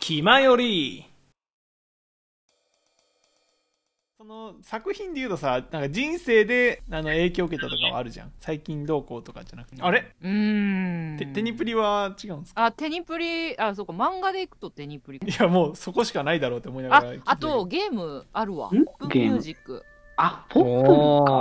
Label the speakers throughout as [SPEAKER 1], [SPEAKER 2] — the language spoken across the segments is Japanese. [SPEAKER 1] 暇より。
[SPEAKER 2] その作品で言うとさなんか人生であの影響を受けたとかはあるじゃん最近どうこうとかじゃなくて
[SPEAKER 1] あれ
[SPEAKER 3] うーん
[SPEAKER 2] てテニプリは違うんですか
[SPEAKER 3] あテニプリあそうか漫画でいくとテニプリ
[SPEAKER 2] いやもうそこしかないだろうって思いながら
[SPEAKER 3] あ
[SPEAKER 2] 聞いてる
[SPEAKER 3] あとゲームあるわ
[SPEAKER 4] ん
[SPEAKER 3] ポップ
[SPEAKER 4] ゲー
[SPEAKER 3] ミ
[SPEAKER 4] ム
[SPEAKER 3] ュージック
[SPEAKER 4] あ、ポップンか。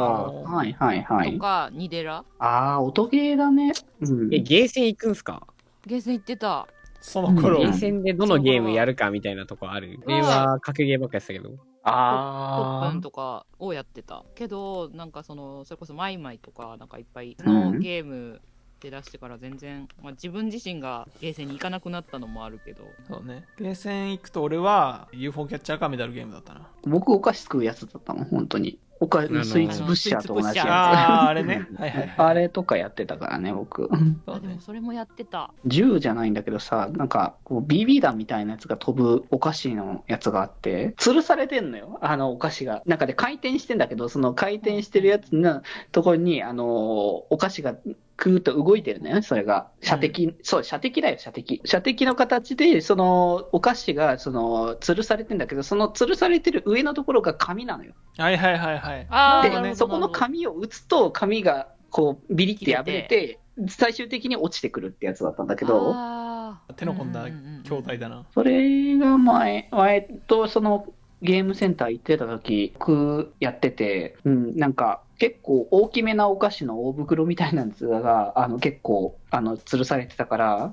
[SPEAKER 4] はいはいは
[SPEAKER 3] と
[SPEAKER 4] い。
[SPEAKER 3] かニデラ
[SPEAKER 4] ああ、音ゲーだね。うん。
[SPEAKER 5] え、ゲーセン行くんすか
[SPEAKER 3] ゲーセン行ってた
[SPEAKER 2] その頃、
[SPEAKER 4] う
[SPEAKER 5] ゲ
[SPEAKER 4] ん
[SPEAKER 5] ーセンでどのゲームやるかみたいなとこある。
[SPEAKER 3] うん
[SPEAKER 5] 俺は格ゲーばっかりしたけど。
[SPEAKER 3] ポップ
[SPEAKER 4] あ
[SPEAKER 3] ンとかをやってたけどなんかそのそれこそマイマイとかなんかいっぱい
[SPEAKER 4] うん
[SPEAKER 3] のゲームで出してから全然、まあ、自分自身がゲーセンに行かなくなったのもあるけど
[SPEAKER 2] そうねゲーセン行くと俺は UFO キャッチャーかメダルゲームだったな
[SPEAKER 4] あ、僕お菓子作るやつだったもん、本当に。お菓
[SPEAKER 5] あ
[SPEAKER 4] 子、
[SPEAKER 5] の
[SPEAKER 4] スイーツブッシャーと同じ
[SPEAKER 3] スイーツブッシャー
[SPEAKER 4] や
[SPEAKER 2] ああーあれねはいはい
[SPEAKER 4] つ。あれとかやってたからね、僕。
[SPEAKER 2] そう
[SPEAKER 3] あで
[SPEAKER 2] ね
[SPEAKER 3] もそれもやってた
[SPEAKER 4] 銃じゃないんだけどさ、なんか、こう BB 弾みたいなやつが飛ぶお菓子のやつがあって、吊るされてんのよ、あのお菓子が。なんかで回転してんだけど、その回転してるやつのところに、あのーお菓子がくーっと動いてるのよ、それが。射的、そう、射的だよ、射的。射的の形で、そのお菓子が、その、吊るされてんだけど、その吊るされてる上のところが紙なのよ。
[SPEAKER 2] はいはいはいはいー
[SPEAKER 3] ああ
[SPEAKER 2] なるほど
[SPEAKER 4] で、そこの紙を打つと、紙がこう、ビリって破れて、最終的に落ちてくるってやつだったんだけど。
[SPEAKER 2] 手の込んだ筐体
[SPEAKER 3] だ
[SPEAKER 2] だな
[SPEAKER 4] それが前、前とそのゲームセンター行ってた時、僕やってて、うん、なんか結構大きめなお菓子の大袋みたいなやつが、あの結構、あの、吊るされてたから、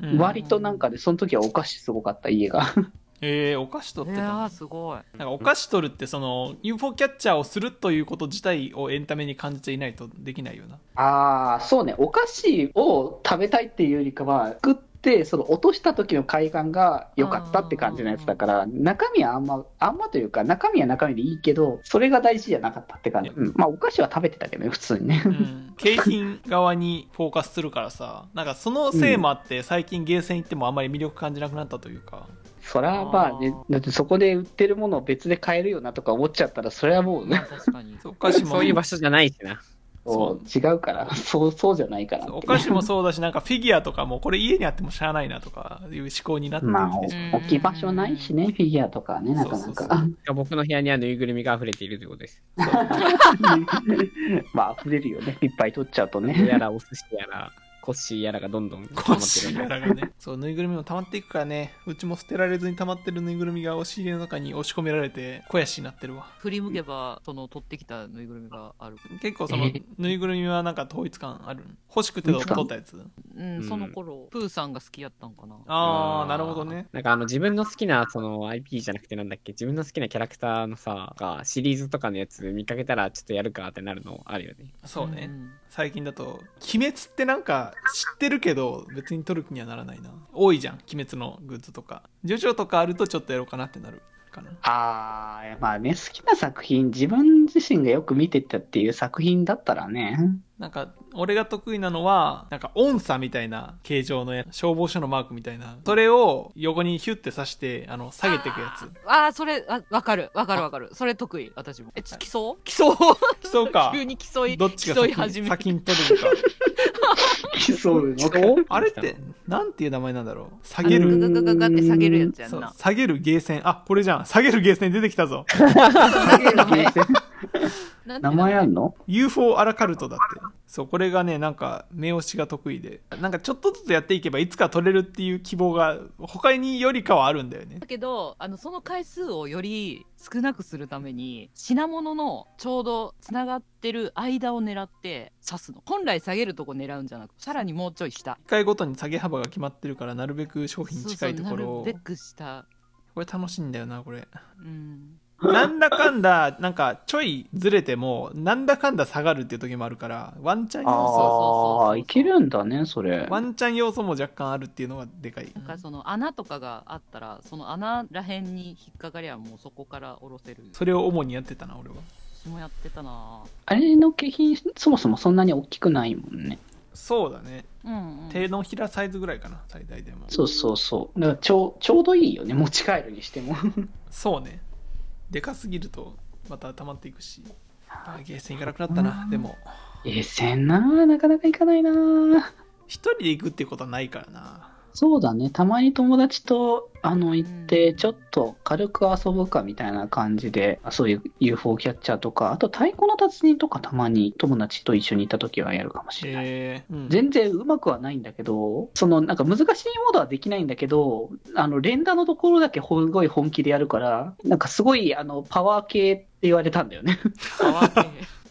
[SPEAKER 2] うん
[SPEAKER 4] 割となんかで、その時はお菓子すごかった、家が。
[SPEAKER 2] えー、お菓子取っ
[SPEAKER 3] い
[SPEAKER 2] てた
[SPEAKER 3] や
[SPEAKER 2] の
[SPEAKER 3] ーすごい
[SPEAKER 2] なんかお菓子取るってその UFO キャッチャーをするということ自体をエンタメに感じていないとできないよな
[SPEAKER 4] ああ、そうね、お菓子を食べたいっていうよりかは、作って、その落とした時の快感が良かったって感じのやつだから、中身はあんま、あんまというか、中身は中身でいいけど、それが大事じゃなかったって感じ。うん、まあ、お菓子は食べてたけどね、普通にね。
[SPEAKER 2] うん景品側にフォーカスするからさなんかそのせいもあって最近ゲーセン行ってもあんまり魅力感じなくなったというか
[SPEAKER 4] そらまあね、だってそこで売ってるものを別で買えるよなとか思っちゃったら、それはもう
[SPEAKER 3] まあ
[SPEAKER 4] ね、
[SPEAKER 3] 確かに
[SPEAKER 2] お菓子も
[SPEAKER 5] そういう場所じゃないしな。
[SPEAKER 2] そ
[SPEAKER 4] 違うから、 そう、そうじゃないから。
[SPEAKER 2] お菓子もそうだしなんかフィギュアとかもこれ家にあってもしゃあないなとかいう思考になって
[SPEAKER 4] まあ、
[SPEAKER 2] きてし
[SPEAKER 3] うん
[SPEAKER 4] お置き場所ないしね、フィギュアとかはね、なかなか。
[SPEAKER 5] 僕の部屋にはぬいぐるみが溢れているということです。
[SPEAKER 4] まあ、溢れるよね。いっぱい取っちゃうと
[SPEAKER 5] おや
[SPEAKER 4] ね。
[SPEAKER 5] ら、お寿司やら、コッシーやらがどんどん
[SPEAKER 2] まうコッ
[SPEAKER 5] 溜まって
[SPEAKER 2] シー
[SPEAKER 5] るんで。
[SPEAKER 2] からがねそうぬいぐるみも溜まっていくからねうちも捨てられずに溜まってるぬいぐるみが押し入れの中に押し込められて肥やしになってるわ
[SPEAKER 3] 振り向けばその取ってきたぬいぐるみがある
[SPEAKER 2] 結構その
[SPEAKER 4] え
[SPEAKER 2] ぬいぐるみはなんか統一感ある欲しくて取ったやつ
[SPEAKER 3] うん、
[SPEAKER 5] うん
[SPEAKER 3] その頃プーさんが好きやったんかな
[SPEAKER 2] ああなるほどね。
[SPEAKER 5] なんかあの自分の好きなその IP じゃなくてなんだっけ自分の好きなキャラクターのさ、がシリーズとかのやつ見かけたらちょっとやるかってなるのあるよね。
[SPEAKER 2] そうね、
[SPEAKER 3] ん
[SPEAKER 2] 最近だと「鬼滅」ってなんか知ってるけど別に取る気にはならないな多いじゃん「鬼滅」のグッズとかジョジョとかあるとちょっとやろうかなってなるかな
[SPEAKER 4] ああ、まあね、好きな作品、自分自身がよく見てたっていう作品だったらね。
[SPEAKER 2] なんか俺が得意なのはなんか音叉みたいな形状のや消防署のマークみたいなそれを横にヒュッて刺してあの下げていくやつ
[SPEAKER 3] ああそれあわかるわかるわかるそれ得意私もえつきそうきそう
[SPEAKER 2] 競うか
[SPEAKER 3] 急に競い
[SPEAKER 2] どっちが
[SPEAKER 3] 競い
[SPEAKER 2] 先
[SPEAKER 3] 始
[SPEAKER 2] に
[SPEAKER 3] め
[SPEAKER 2] 先に取れるか
[SPEAKER 4] そう のか。
[SPEAKER 2] あれってなんていう名前なんだろう下
[SPEAKER 3] あ
[SPEAKER 2] げ
[SPEAKER 3] の
[SPEAKER 2] る
[SPEAKER 3] ガガガガガって下げるやつや
[SPEAKER 2] そ
[SPEAKER 3] ん
[SPEAKER 2] う
[SPEAKER 3] な
[SPEAKER 2] 下げるゲーセンあこれじゃん下げるゲーセン出てきたぞ
[SPEAKER 3] 下げる名 前なんて
[SPEAKER 4] 名前あるの
[SPEAKER 2] UFO アラカルトだってそうこれがねなんか目押しが得意でなんかちょっとずつやっていけばいつか取れるっていう希望が他によりかはあるんだよね
[SPEAKER 3] だけどあのその回数をより少なくするために品物のちょうどつながってる間を狙って刺すの本来下げるとこ狙うんじゃなくさらにもうちょい下
[SPEAKER 2] 1回ごとに下げ幅が決まってるからなるべく商品に
[SPEAKER 3] そう
[SPEAKER 2] 近
[SPEAKER 3] そう
[SPEAKER 2] いところを
[SPEAKER 3] なるべく下
[SPEAKER 2] これ楽しいんだよなこれ
[SPEAKER 3] うん
[SPEAKER 2] なんだかんだなんかちょいずれてもなんだかんだ下がるっていう時もあるからワンチャン
[SPEAKER 4] あ
[SPEAKER 2] 要素
[SPEAKER 3] そうそうそう
[SPEAKER 4] あー、いけるんだね、それ。
[SPEAKER 2] ワンチャン要素も若干あるっていうのがでかい
[SPEAKER 3] なんかその穴とかがあったらその穴らへんに引っかかりゃもうそこから下ろせる
[SPEAKER 2] それを主にやってたな俺は
[SPEAKER 3] 私もやってたな
[SPEAKER 4] あれの景品、そもそもそんなに大きくないもんね。
[SPEAKER 2] そうだね
[SPEAKER 3] うん、うん、
[SPEAKER 2] 手のひらサイズぐらいかな最大でも
[SPEAKER 4] そうそうそう。だからちょうちょうどいいよね、持ち帰るにして も。
[SPEAKER 2] そうねでかすぎるとまた溜まっていくしあーゲーセン行かなくなったなでも
[SPEAKER 4] えー、せんななかなか行かないな
[SPEAKER 2] 一人で行くっていうことはないからな
[SPEAKER 4] そうだね、たまに友達とあの行って、ちょっと軽く遊ぶかみたいな感じで、そういう UFO キャッチャーとか、あと太鼓の達人とかたまに友達と一緒にいた時はやるかもしれない。
[SPEAKER 2] えーうん、
[SPEAKER 4] 全然うまくはないんだけど、そのなんか難しいモードはできないんだけど、あの連打のところだけすごい本気でやるから、なんかすごいあのパワー系って言われたんだよね。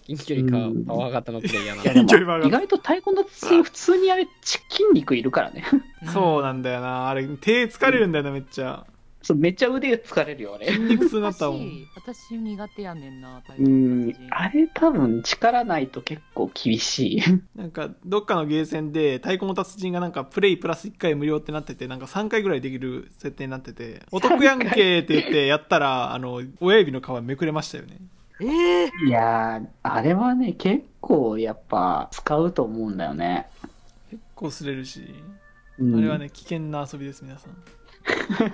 [SPEAKER 5] 近距離かパワー型のプレイヤー
[SPEAKER 4] いや
[SPEAKER 5] な
[SPEAKER 4] でも
[SPEAKER 2] ちょい曲が
[SPEAKER 4] 意外と太鼓の達人普通にあれち筋肉いるからね。
[SPEAKER 2] そうなんだよなあれ手疲れるんだよなめっちゃ
[SPEAKER 4] そうめっちゃ腕疲れるよね。
[SPEAKER 2] 筋
[SPEAKER 3] うん
[SPEAKER 2] 肉痛になったもん
[SPEAKER 3] 難しい私苦手やねんな、太
[SPEAKER 4] う
[SPEAKER 3] 鼓の
[SPEAKER 4] ん
[SPEAKER 3] 達人、
[SPEAKER 4] あれ多分力ないと結構厳しい。
[SPEAKER 2] なんかどっかのゲーセンで太鼓の達人がなんかプレイプラス1回無料ってなっててなんか3回ぐらいできる設定になっててお得やんけーって言ってやったらあの親指の皮めくれましたよね
[SPEAKER 3] ええ
[SPEAKER 4] いやー、あれはね、結構やっぱ使うと思うんだよね。
[SPEAKER 2] 結構擦れるし
[SPEAKER 4] うん
[SPEAKER 2] あれはね危険な遊びです皆さん
[SPEAKER 3] 太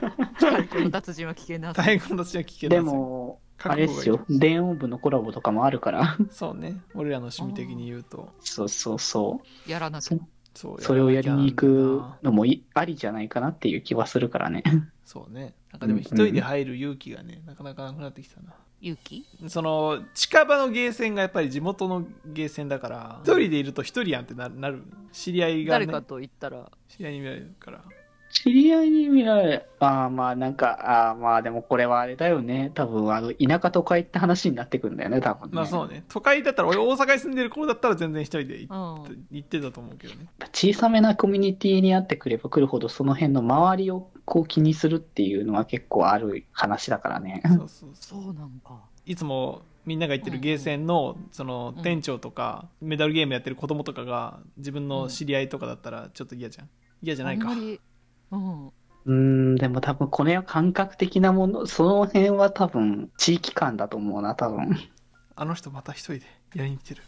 [SPEAKER 3] 鼓の達人は危険な。
[SPEAKER 2] 太鼓の達人は危険な
[SPEAKER 4] で
[SPEAKER 2] 遊び
[SPEAKER 4] も、あ
[SPEAKER 2] 覚
[SPEAKER 4] れで
[SPEAKER 2] 悟がい
[SPEAKER 4] す
[SPEAKER 2] る
[SPEAKER 4] よ、電音部のコラボとかもあるから、
[SPEAKER 2] そうね俺らの趣味的に言うと
[SPEAKER 4] そうそうそ
[SPEAKER 3] やらなきゃ。
[SPEAKER 2] そう
[SPEAKER 4] う、それをやりに行
[SPEAKER 2] やらなきゃなん
[SPEAKER 4] く
[SPEAKER 2] だよな
[SPEAKER 4] のもいありじゃないかなっていう気はするからね。
[SPEAKER 2] そうねなんかでも一人で入る勇気がねなかなかなくなってきたな
[SPEAKER 3] 勇気
[SPEAKER 2] その近場のゲーセンがやっぱり地元のゲーセンだから一人でいると一人やんってななる知り合いが、
[SPEAKER 3] 誰
[SPEAKER 2] ね、
[SPEAKER 3] かと言ったら、
[SPEAKER 2] 知り合いに見られるから
[SPEAKER 4] 知り合いに見られる、ああまあなんか、ああまあでもこれはあれだよね、多分あの田舎都会って話になってくんだよね、多分ね。
[SPEAKER 2] まあそうね都会だったら俺大阪に住んでる頃だったら全然一人で行
[SPEAKER 3] う
[SPEAKER 2] っ
[SPEAKER 3] ん。
[SPEAKER 2] 行ってたと思うけどね
[SPEAKER 4] 小さめなコミュニティにあってくればくるほど、その辺の周りをこう気にするっていうのは結構ある話だからね。
[SPEAKER 2] そうそうそう
[SPEAKER 3] そうなんか。
[SPEAKER 2] いつもみんなが行ってるゲーセンのその
[SPEAKER 3] うん
[SPEAKER 2] 店長とかメダルゲームやってる子供とかが自分の知り合いとかだったらちょっと嫌じゃん嫌じゃないか
[SPEAKER 3] あんまり、うん。
[SPEAKER 4] うーん、でも多分これは感覚的なもの、その辺は多分地域間だと思うな、多分。
[SPEAKER 2] あの人また一人でやりに来てる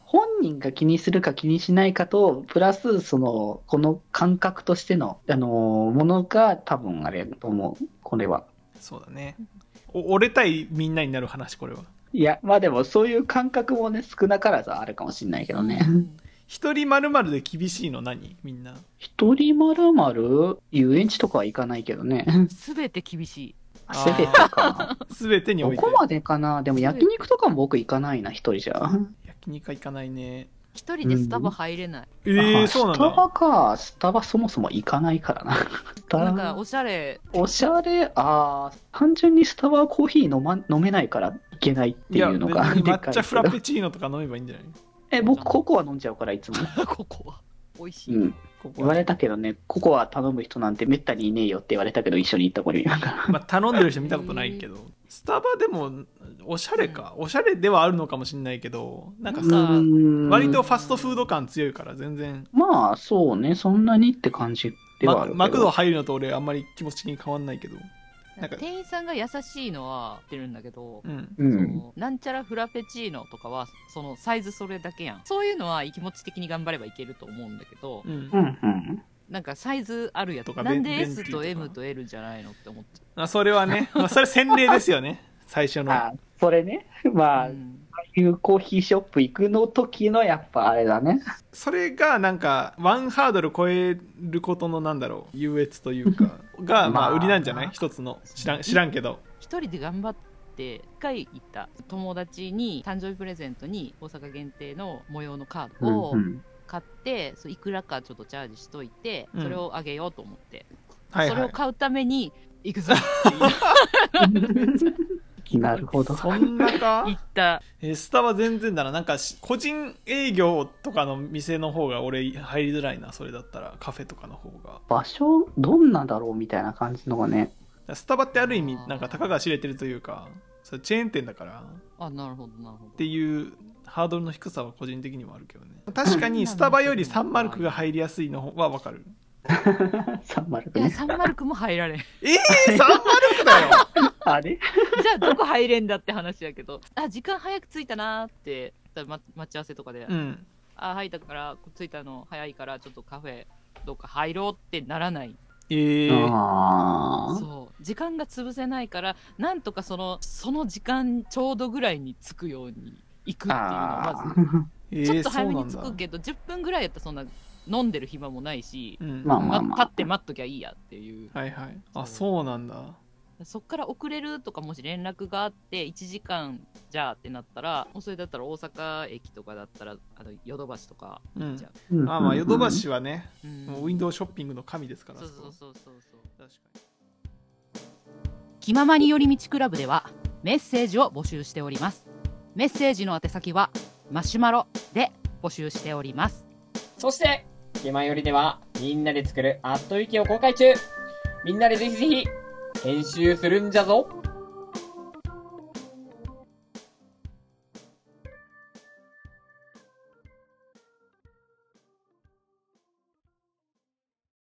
[SPEAKER 4] 本人が気にするか気にしないかと、プラス、その、この感覚としての、あのーものが多分あれだと思う、これは。
[SPEAKER 2] そうだねお折れたいみんなになる話これはい
[SPEAKER 4] や、まあでもそういう感覚もね、少なからずあるかもしれないけどね。
[SPEAKER 2] 一人まるまるで厳しいの何みんな
[SPEAKER 4] 一人まるまる遊園地とかは行かないけど ね。
[SPEAKER 3] すべて厳しい。
[SPEAKER 2] あー
[SPEAKER 4] すべてか
[SPEAKER 2] 全てに
[SPEAKER 4] な。
[SPEAKER 2] お
[SPEAKER 4] ど
[SPEAKER 2] いて
[SPEAKER 4] こまでかなでも焼肉とかも僕行かないな、一人じゃ。
[SPEAKER 2] 焼肉は行かないね
[SPEAKER 3] 一人でスタバ入れない。
[SPEAKER 2] ええ
[SPEAKER 4] あ
[SPEAKER 2] そうなん
[SPEAKER 4] スタバ
[SPEAKER 2] だ
[SPEAKER 4] か、スタバそもそも行かないからな。スタ
[SPEAKER 3] なんか、
[SPEAKER 4] バ
[SPEAKER 3] おしゃれ。
[SPEAKER 4] おしゃれ、あー単純にスタバはコーヒー飲,、ま、飲めないからいけないって
[SPEAKER 2] い
[SPEAKER 4] い
[SPEAKER 2] や
[SPEAKER 4] う
[SPEAKER 2] 別
[SPEAKER 4] の
[SPEAKER 2] に
[SPEAKER 4] がでっか
[SPEAKER 2] 抹
[SPEAKER 4] い
[SPEAKER 2] 茶
[SPEAKER 4] です
[SPEAKER 2] フ
[SPEAKER 4] けど
[SPEAKER 2] ラペチーノとか飲めばいいんじゃない
[SPEAKER 4] え、僕ココア飲んじゃうからいつも。
[SPEAKER 3] ここは。美味し
[SPEAKER 4] う
[SPEAKER 3] い。
[SPEAKER 4] ん。
[SPEAKER 2] ここ
[SPEAKER 4] 言わ
[SPEAKER 2] は
[SPEAKER 4] れたけどね、ココア頼む人なんてめったにいねえよって言われたけど一緒に行った子に。なんか
[SPEAKER 2] まあ、頼んでる人見たことないけど、スタバでもおしゃれか、おしゃれではあるのかもしれないけどなんか
[SPEAKER 4] う
[SPEAKER 2] さ、
[SPEAKER 4] ーん
[SPEAKER 2] 割とファストフード感強いから全然、
[SPEAKER 4] まあそうね、そんなにって感じではあ
[SPEAKER 2] マ
[SPEAKER 4] るけど。
[SPEAKER 2] マクド入るのと俺あんまり気持ち的に変わんないけど
[SPEAKER 3] なんか店員さんが優しいのは知ってるんだけど、
[SPEAKER 2] うん
[SPEAKER 4] う
[SPEAKER 3] そ
[SPEAKER 4] ん。
[SPEAKER 3] のなんちゃらフラペチーノとかはそのサイズそれだけやんそういうのは気持ち的に頑張ればいけると思うんだけど
[SPEAKER 2] うん
[SPEAKER 4] うんうん。
[SPEAKER 3] なんかサイズあるやつ
[SPEAKER 2] とか
[SPEAKER 3] なんで
[SPEAKER 2] ベンベンティ
[SPEAKER 3] S
[SPEAKER 2] ーと
[SPEAKER 3] と
[SPEAKER 2] か
[SPEAKER 3] M と L じゃないのって思っちゃ
[SPEAKER 2] あそれは ね、まあ、それ洗礼ですよね最初の
[SPEAKER 4] あ、それね。まあ、
[SPEAKER 3] う、うん
[SPEAKER 4] いうコーヒーショップ行くの時のやっぱあれだね。
[SPEAKER 2] それがなんかワンハードル超えることのなんだろう優越という かがま
[SPEAKER 4] ま
[SPEAKER 2] あ
[SPEAKER 4] あ
[SPEAKER 2] 売りなんじゃない一つの知らん知らんけど
[SPEAKER 3] 一人で頑張って一回行った友達に誕生日プレゼントに大阪限定の模様のカー
[SPEAKER 4] う
[SPEAKER 3] ドを
[SPEAKER 4] んうん。
[SPEAKER 3] 買って、そういくらかちょっとチャージしといて
[SPEAKER 2] うん
[SPEAKER 3] それをあげようと思って、
[SPEAKER 2] はい、
[SPEAKER 3] それ
[SPEAKER 2] は
[SPEAKER 3] を
[SPEAKER 2] い、
[SPEAKER 3] 買うために 行くぞって言い
[SPEAKER 4] なるほど。
[SPEAKER 2] そんなか
[SPEAKER 3] 行った
[SPEAKER 2] えースタバ全然だな。なんかし、個人営業とかの店の方が俺入りづらいな、それだったら。カフェとかの方が。だか
[SPEAKER 4] 場所どんなだろうみたいな感じのがね。
[SPEAKER 2] らスタバってある意味
[SPEAKER 3] あ、ー
[SPEAKER 2] なんか、たかが知れてるというか、それチェーン店だから
[SPEAKER 3] あなるほどなるほど
[SPEAKER 2] っていうハードルの低さは個人的にもあるけどね。確か
[SPEAKER 3] う
[SPEAKER 2] に、
[SPEAKER 3] ん
[SPEAKER 2] スタバよりサンマルクが入りやすいのはわかる。
[SPEAKER 4] サンマルク
[SPEAKER 3] いや
[SPEAKER 4] ね。
[SPEAKER 3] サンマルクも入 られんじ
[SPEAKER 2] えー、サンマルクだよ
[SPEAKER 4] あれ
[SPEAKER 3] ゃあどこ入れんだって話やけどあ時間早く着いたなーってだま待ち合わせとかで、
[SPEAKER 2] うん。
[SPEAKER 3] あ入ったから着いたの早いからちょっとカフェどっか入ろうってならない
[SPEAKER 2] えー、
[SPEAKER 4] ああ。
[SPEAKER 3] そう時間が潰せないからなんとかそのその時間ちょうどぐらいに着くように行くっていうのはま
[SPEAKER 4] あ
[SPEAKER 3] ず
[SPEAKER 4] ー
[SPEAKER 2] え
[SPEAKER 3] ちょっ
[SPEAKER 2] ー、
[SPEAKER 3] と
[SPEAKER 2] そ
[SPEAKER 3] 早
[SPEAKER 2] う
[SPEAKER 3] め
[SPEAKER 2] な
[SPEAKER 3] に
[SPEAKER 2] ん
[SPEAKER 3] 着
[SPEAKER 2] だ
[SPEAKER 3] く。けど10分ぐらいやったらそんな飲んでる暇もないし、
[SPEAKER 2] うん
[SPEAKER 4] まあまあ
[SPEAKER 3] ま立って待っときゃいいやっていう
[SPEAKER 2] はいはいあそうなんだ
[SPEAKER 3] そっから遅れるとかもし連絡があって1時間じゃあってなったらもうそれだったら大阪駅とかだったらあのヨドバシとか行っちゃう、
[SPEAKER 4] うん
[SPEAKER 2] まあまあヨドバ
[SPEAKER 4] うん
[SPEAKER 2] シはね、
[SPEAKER 3] うん
[SPEAKER 2] もうウィンドウショッピングの神ですから
[SPEAKER 3] そうそうそうそうそう
[SPEAKER 2] そこ確かに
[SPEAKER 3] 気ままに寄り道クラブではメッセージを募集しておりますメッセージの宛先はマシュマロで募集しております
[SPEAKER 5] そして、ゲマよりでは、みんなで作るアットウィキを公開中みんなでぜひぜひ、編集するんじゃぞ